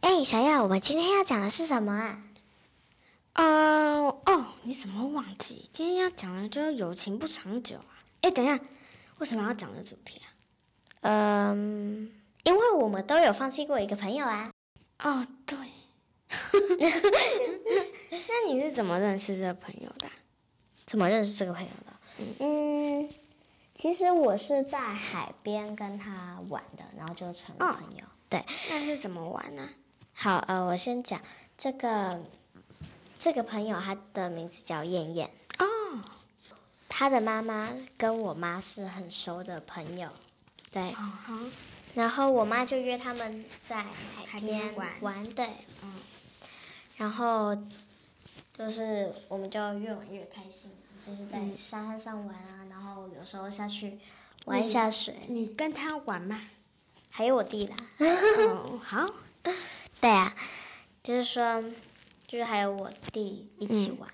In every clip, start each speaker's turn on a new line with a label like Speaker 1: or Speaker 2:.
Speaker 1: 嘿，哎小亚，我们今天要讲的是什么啊？
Speaker 2: 哦哦，你怎么忘记？今天要讲的就是友情不长久啊！哎，等一下，为什么要讲这主题啊？
Speaker 1: 嗯，因为我们都有放弃过一个朋友啊。
Speaker 2: 哦，对， 那你是怎么认识这个朋友的啊？
Speaker 1: 怎么认识这个朋友的？嗯，其实我是在海边跟他玩的，然后就成了
Speaker 2: 哦
Speaker 1: 朋友。对，
Speaker 2: 那是怎么玩呢、
Speaker 1: 好，呃，我先讲这个这个朋友，他的名字叫燕燕，
Speaker 2: 哦，
Speaker 1: 他的妈妈跟我妈是很熟的朋友。对，
Speaker 2: 嗯哼，
Speaker 1: 然后我妈就约他们在海
Speaker 2: 海
Speaker 1: 边
Speaker 2: 边
Speaker 1: 玩
Speaker 2: 玩，
Speaker 1: 对，
Speaker 2: 嗯，
Speaker 1: 然后就是我们就越玩越开心，就是在沙滩上玩啊，然后有时候下去玩一下水，
Speaker 2: 你跟他玩吗？
Speaker 1: 还有我弟啦，
Speaker 2: 哦，好，
Speaker 1: 对啊，就是说，就是还有我弟一起玩，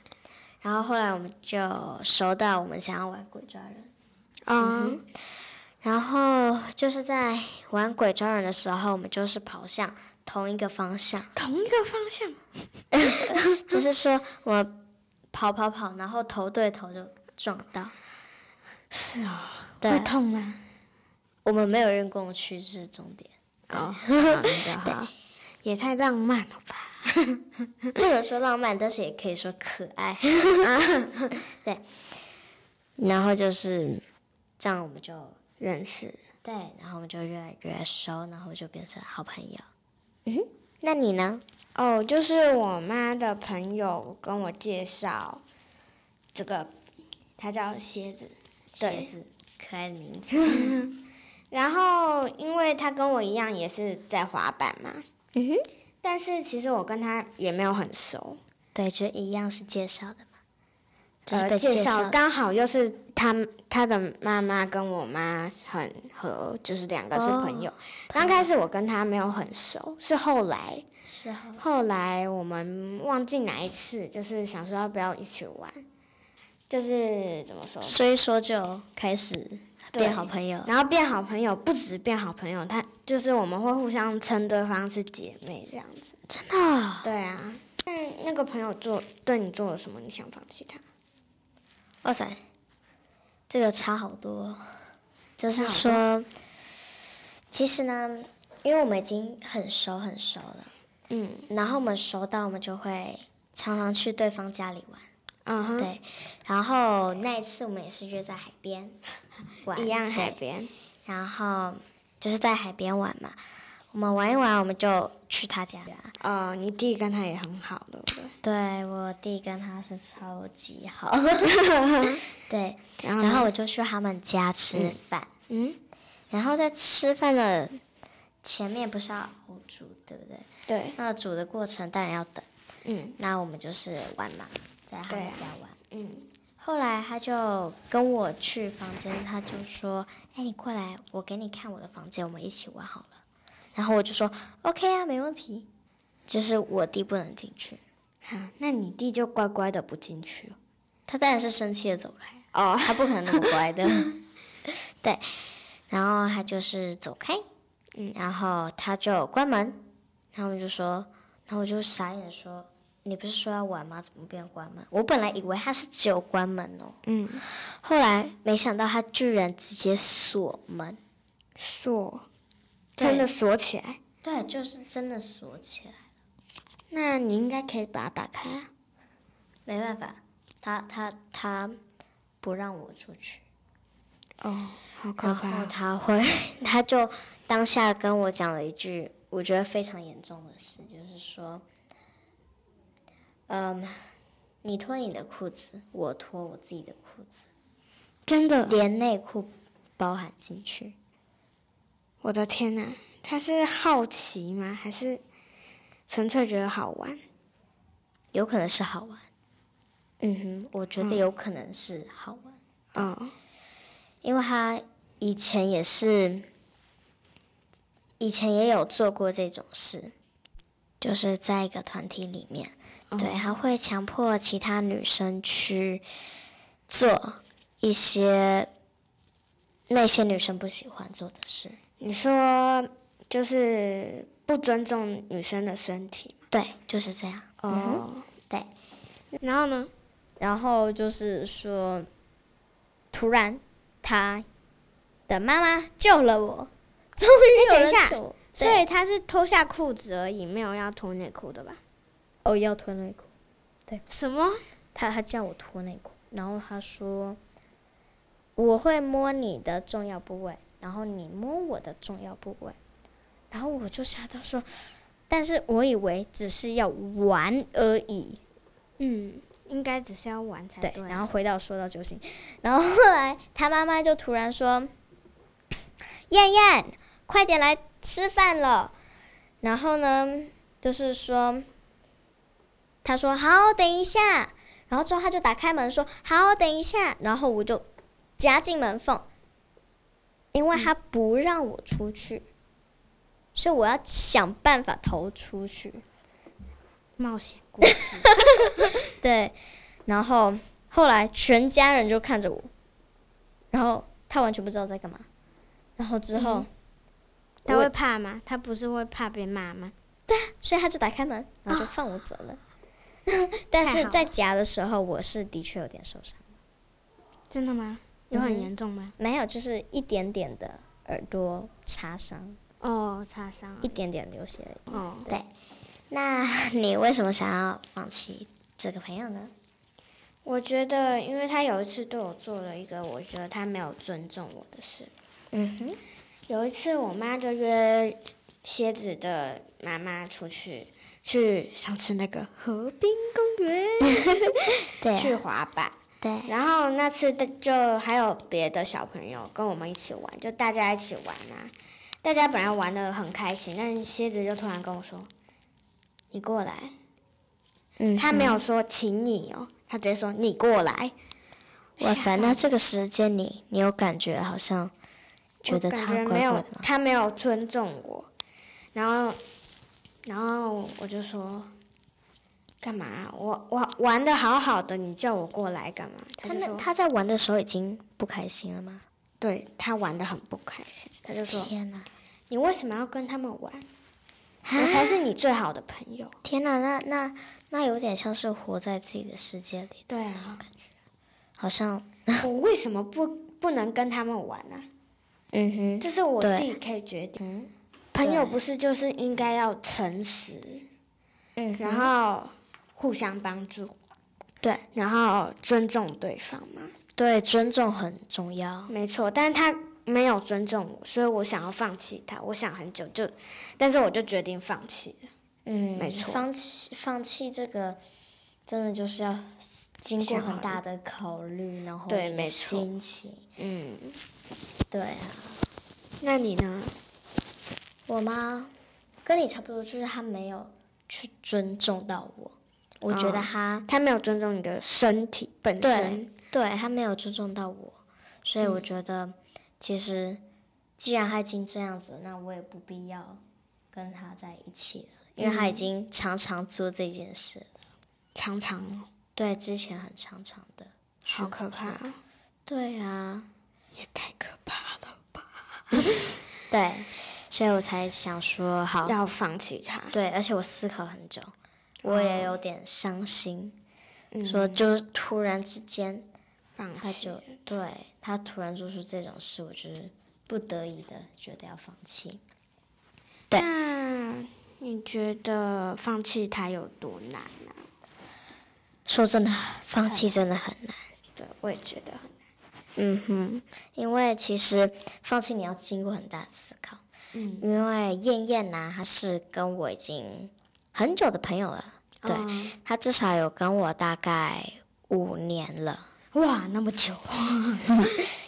Speaker 1: 然后后来我们就熟到我们想要玩鬼抓人。
Speaker 2: 嗯，
Speaker 1: 然后就是在玩鬼抓人的时候，我们就是跑向同一个方向，
Speaker 2: 同一个方向。
Speaker 1: 就是说我们跑跑跑，然后头对头就撞到。
Speaker 2: 是哦，
Speaker 1: 对
Speaker 2: 会痛吗？
Speaker 1: 我们没有运动区是重点，
Speaker 2: 哦， 好的，好，也太浪漫了吧？
Speaker 1: 不能说浪漫，但是也可以说可爱。对，然后就是这样，我们就
Speaker 2: 认识，
Speaker 1: 对，然后我们就越来越熟，然后就变成好朋友。嗯哼，那你呢？
Speaker 2: 哦，就是我妈的朋友跟我介绍，这个它叫蝎子，
Speaker 1: 鞋
Speaker 2: 对。
Speaker 1: 子，可爱的名字。
Speaker 2: 然后因为她跟我一样也是在滑板嘛，
Speaker 1: 嗯哼，
Speaker 2: 但是其实我跟她也没有很熟，
Speaker 1: 对，就一样是介绍的嘛，就是
Speaker 2: 呃，
Speaker 1: 被
Speaker 2: 介
Speaker 1: 绍
Speaker 2: 绍
Speaker 1: 的。
Speaker 2: 刚好又是她她的妈妈跟我妈很合，就是两个是朋
Speaker 1: 哦
Speaker 2: 友。刚开始我跟她没有很熟，是后来
Speaker 1: 是后来
Speaker 2: 后来我们忘记哪一次，就是想说要不要一起玩，就是怎么说？
Speaker 1: 所以说就开始
Speaker 2: 对
Speaker 1: 变好朋友。
Speaker 2: 然后变好朋友，不止变好朋友，他就是我们会互相称对方是姐妹这样子。
Speaker 1: 真的哦、
Speaker 2: 对啊，那那个朋友做对你做了什么？你想放弃他？
Speaker 1: 哇塞，这个差好多哦。就是
Speaker 2: 差
Speaker 1: 说，其实呢，因为我们已经很熟很熟了，
Speaker 2: 嗯
Speaker 1: 然后我们熟到我们就会常常去对方家里玩。
Speaker 2: 嗯哼，
Speaker 1: 对，然后那一次我们也是约在海边玩，
Speaker 2: 一样海
Speaker 1: 对。
Speaker 2: 边。
Speaker 1: 然后就是在海边玩嘛，我们玩一玩，我们就去他家。
Speaker 2: 呃，你弟跟他也很好，对不对？
Speaker 1: 对我弟跟他是超级 好， 对，
Speaker 2: 然后呢
Speaker 1: 然后我就去他们家吃饭，
Speaker 2: 嗯，
Speaker 1: 然后在吃饭的前面不是要熬煮，对不对？
Speaker 2: 对，
Speaker 1: 那煮的过程当然要等，
Speaker 2: 嗯
Speaker 1: 那我们就是玩嘛，在他们
Speaker 2: 对啊
Speaker 1: 家玩。
Speaker 2: 嗯
Speaker 1: 后来他就跟我去房间，他就说：“哎，你过来，我给你看我的房间，我们一起玩好了。”然后我就说：“OK 啊，没问题。”就是我弟不能进去，
Speaker 2: 哈，啊那你弟就乖乖的不进去
Speaker 1: 他当然是生气的走开。
Speaker 2: 哦。
Speaker 1: 他不可能那么乖的。对，然后他就是走开，嗯，然后他就关门，然后我们就说，然后我就傻眼说，你不是说要玩吗？怎么变关门？我本来以为他是只有关门哦，
Speaker 2: 嗯，
Speaker 1: 后来没想到他居然直接锁门，
Speaker 2: 锁，
Speaker 1: 对
Speaker 2: 真的锁起来。
Speaker 1: 对，就是真的锁起来，
Speaker 2: 那你应该可以把它打开啊。
Speaker 1: 没办法，他他他不让我出去。
Speaker 2: 哦，好可
Speaker 1: 然后
Speaker 2: 怕哦。
Speaker 1: 他会， 他就当下跟我讲了一句我觉得非常严重的事，就是说，嗯，你脱你的裤子，我脱我自己的裤子，
Speaker 2: 真的，
Speaker 1: 连内裤包含进去。
Speaker 2: 我的天呐，他是好奇吗？还是纯粹觉得好玩？
Speaker 1: 有可能是好玩，嗯哼，我觉得有可能是好玩，
Speaker 2: 哦，
Speaker 1: 因为他以前也是，以前也有做过这种事，就是在一个团体里面，
Speaker 3: 哦
Speaker 1: 对，他会强迫其他女生去做一些那些女生不喜欢做的事，
Speaker 2: 你说就是不尊重女生的身体。
Speaker 1: 对，就是这样。嗯
Speaker 2: 哦，
Speaker 1: 对。
Speaker 2: 然后呢？
Speaker 3: 然后就是说，突然他的妈妈救了我，终于有
Speaker 2: 哎等一
Speaker 3: 人
Speaker 2: 下
Speaker 3: 救我。
Speaker 2: 所
Speaker 3: 对，
Speaker 2: 以他是脱下裤子而已，没有要脱内裤的吧？
Speaker 3: 哦，要脱内裤，
Speaker 2: 什么？
Speaker 3: 他他叫我脱内裤，然后他说，我会摸你的重要部位，然后你摸我的重要部位，然后我就吓到说，但是我以为只是要玩而已，
Speaker 2: 嗯，应该只是要玩才
Speaker 3: 对，
Speaker 2: 对啊。
Speaker 3: 然后回到说到九星，然后后来他妈妈就突然说：“燕燕，快点来吃饭了。”然后呢，就是说，他说：“好，等一下。”然后之后他就打开门说：“好，等一下。”然后我就夹进门缝，因为他不让我出去，所以我要想办法逃出去。
Speaker 2: 冒险故事，
Speaker 3: 对，然后后来全家人就看着我，然后他完全不知道在干嘛。然后
Speaker 1: 嗯
Speaker 3: 之后，
Speaker 2: 他
Speaker 3: 我
Speaker 2: 会怕吗？他不是会怕被骂吗？
Speaker 3: 所以他就打开门，然后就放我走了。 但
Speaker 2: 太
Speaker 3: 是
Speaker 2: 好
Speaker 3: 在
Speaker 2: 了
Speaker 3: 夹的时候，我是的确有点受伤，
Speaker 2: 真的吗？有很
Speaker 3: 嗯
Speaker 2: 严重吗？
Speaker 3: 没有，就是一点点的耳朵擦伤，
Speaker 2: 哦，擦伤了
Speaker 3: 一点点流血而已。
Speaker 2: 哦，
Speaker 1: 那你为什么想要放弃这个朋友呢？
Speaker 2: 我觉得，因为他有一次对我做了一个我觉得他没有尊重我的事。
Speaker 1: 嗯哼，
Speaker 2: 有一次，我妈就约蝎子的妈妈出去，去上次那个河滨公园
Speaker 1: 对
Speaker 2: 去
Speaker 1: 啊、
Speaker 2: 滑板。
Speaker 1: 对，
Speaker 2: 然后那次的就还有别的小朋友跟我们一起玩，就大家一起玩啊。大家本来玩的很开心，但蝎子就突然跟我说：“你过来。”
Speaker 1: 嗯，
Speaker 2: 他没。有说“请你”哦，他直接说“你过来”。
Speaker 1: 哇塞，
Speaker 2: 吓到
Speaker 1: 那这个时间你你有感觉好像觉
Speaker 2: 我
Speaker 1: 得
Speaker 2: 感
Speaker 1: 他怪
Speaker 2: 没
Speaker 1: 怪的
Speaker 2: 有
Speaker 1: 吗？，
Speaker 2: 他没有尊重我，然后，然后我就说，干嘛？啊我我玩的好好的，你叫我过来干嘛？他
Speaker 1: 他
Speaker 2: 就
Speaker 1: 那
Speaker 2: 说，
Speaker 1: 他在玩的时候已经不开心了吗？
Speaker 2: 对他玩的很不开心，他 就说，
Speaker 1: 天哪！
Speaker 2: 你为什么要跟他们玩？
Speaker 1: 啊
Speaker 2: 我才是你最好的朋友。
Speaker 1: 天哪，那那那有点像是活在自己的世界里，
Speaker 2: 对啊，
Speaker 1: 好像
Speaker 2: 我为什么不不能跟他们玩呢、啊
Speaker 1: 嗯哼，
Speaker 2: 这是我
Speaker 1: 对
Speaker 2: 自己可以决定。朋友
Speaker 1: 对
Speaker 2: 不是就是应该要诚实，
Speaker 1: 嗯哼，
Speaker 2: 然后互相帮助。
Speaker 1: 对
Speaker 2: 然后尊重对方嘛。
Speaker 1: 对，尊重很重要，
Speaker 2: 没错，但是他没有尊重我，所以我想要放弃他。我想很久就，但是我就决定放弃了。
Speaker 1: 嗯，
Speaker 2: 没错
Speaker 1: 放弃放弃这个，真的就是要经过
Speaker 2: 想好
Speaker 1: 很大的考虑，然后
Speaker 2: 对
Speaker 1: 你的
Speaker 2: 没错
Speaker 1: 心情，
Speaker 2: 嗯，
Speaker 1: 对啊，
Speaker 2: 那你呢？
Speaker 1: 我妈跟你差不多，就是她没有去尊重到我，我觉得
Speaker 2: 哦
Speaker 1: 她
Speaker 2: 他没有尊重你的身体本
Speaker 1: 对
Speaker 2: 身。
Speaker 1: 对，他没有尊重到我，所以我觉得其实既然他已经这样子，那我也不必要跟他在一起了，因为他已经常常做这件事了。
Speaker 2: 常常哦
Speaker 1: 对，之前很常常的。
Speaker 2: 好可怕哦，
Speaker 1: 对啊，
Speaker 2: 也太可怕了，
Speaker 1: 对，所以我才想说好。
Speaker 2: 要放弃他。
Speaker 1: 对，而且我思考很久，我也有点伤心，说就是突然之间
Speaker 2: 嗯放
Speaker 1: 他
Speaker 2: 弃
Speaker 1: 就对他突然做出这种事，我就是不得已的觉得要放弃。对
Speaker 2: 那你觉得放弃他有多难啊？
Speaker 1: 说真的，放
Speaker 2: 嗯
Speaker 1: 弃真的很难。
Speaker 2: 对，我也觉得很
Speaker 1: 嗯哼，因为其实放弃你要经过很大的思考。
Speaker 2: 嗯，
Speaker 1: 因为燕燕呐、她是跟我已经很久的朋友了，对
Speaker 2: 难。
Speaker 1: 她至少有跟我大概五年了，
Speaker 2: 对，哇，那么久，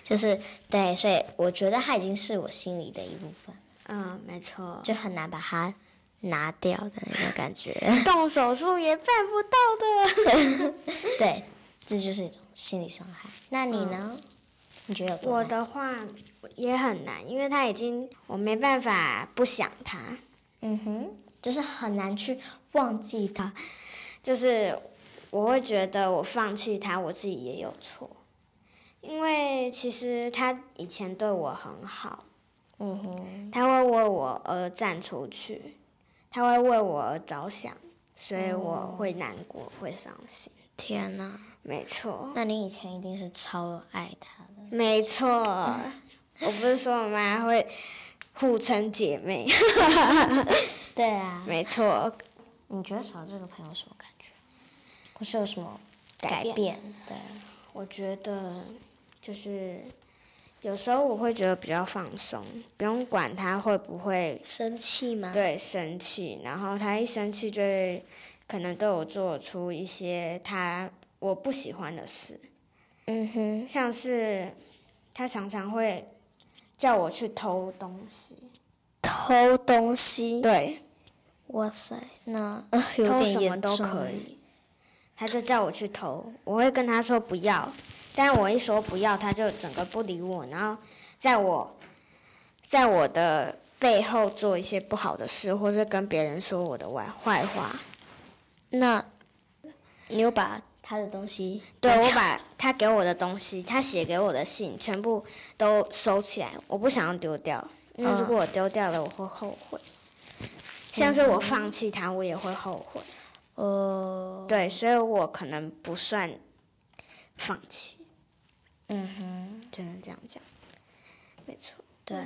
Speaker 1: 就是对，所以我觉得她已经是我心里的一部分，
Speaker 2: 嗯，没错，
Speaker 1: 就很难把她拿掉的那种感 觉。
Speaker 2: 动手术也办不到的。
Speaker 1: 对，这就是一种心理伤害。那你呢？你觉得有多
Speaker 2: 嗯我
Speaker 1: 难
Speaker 2: 的话也很难，因为他已经我没办法不想他，
Speaker 1: 嗯哼，就是很难去忘记她。
Speaker 2: 就是我会觉得我放弃他，我自己也有错，因为其实他以前对我很好，
Speaker 1: 嗯哼，
Speaker 2: 呃他会为我而站出去，他会为我而着想，所以我会难过，会伤心。
Speaker 1: 天哪，
Speaker 2: 没错，
Speaker 1: 那你以前一定是超爱他的。
Speaker 2: 没错。我不是说我妈会互称姐妹，
Speaker 1: 对啊，
Speaker 2: 没错，
Speaker 1: 你觉得少这个朋友什么感觉？或是有什么
Speaker 2: 改
Speaker 1: 改
Speaker 2: 变。
Speaker 1: 变？对，
Speaker 2: 我觉得就是有时候我会觉得比较放松，不用管他会不会
Speaker 1: 生气吗？，
Speaker 2: 对生气，然后他一生气就会可能对我做出一些他我不喜欢的事，
Speaker 1: 嗯哼，
Speaker 2: 像是他常常会叫我去偷东西，
Speaker 1: 偷东西。
Speaker 2: 对，啊
Speaker 1: 哇塞，那、呃、有
Speaker 2: 偷
Speaker 1: 点
Speaker 2: 什么
Speaker 1: 严
Speaker 2: 都
Speaker 1: 重。
Speaker 2: 可。以，他就叫我去偷，我会跟他说不要，但我一说不要，他就整个不理我，然后在我在我的背后做一些不好的事，或是跟别人说我的坏坏话。
Speaker 1: 那，你有把他的东西
Speaker 2: 对
Speaker 1: 拿
Speaker 2: 我
Speaker 1: 掉
Speaker 2: 把他给我的东西，他写给我的信全部都收起来，我不想要丢掉，因为
Speaker 1: 嗯
Speaker 2: 如果我丢掉了，我会后悔。像是我放弃他，我也会后悔。
Speaker 1: 哦，
Speaker 2: 对，所以我可能不算放弃，
Speaker 1: 嗯哼，
Speaker 2: 只能这样讲。没错，
Speaker 1: 对，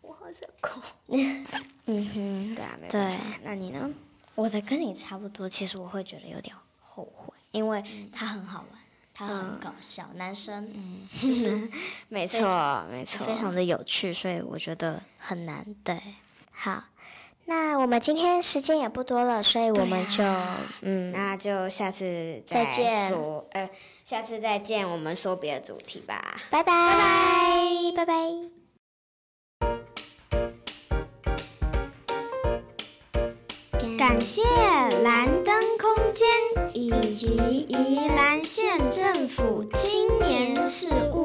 Speaker 2: 我好想哭。
Speaker 1: 嗯哼。
Speaker 2: 对啊，没办 法
Speaker 1: 对。
Speaker 2: 那你呢？
Speaker 1: 我的跟你差不多，其实我会觉得有点后悔，因为
Speaker 2: 嗯
Speaker 1: 他很好玩，他很搞笑，男生、就是
Speaker 2: 没
Speaker 1: 非
Speaker 2: 错，没错。
Speaker 1: 非常的有趣，所以我觉得很难对。好，那我们今天时间也不多了，所以我们就、
Speaker 2: 对啊
Speaker 1: 嗯，
Speaker 2: 那就下次
Speaker 1: 再见
Speaker 2: 说，呃，下次再见，我们说别的主题吧。
Speaker 1: 拜拜，拜拜，拜拜。
Speaker 2: 感谢蓝灯空间以及宜兰县政府青年事务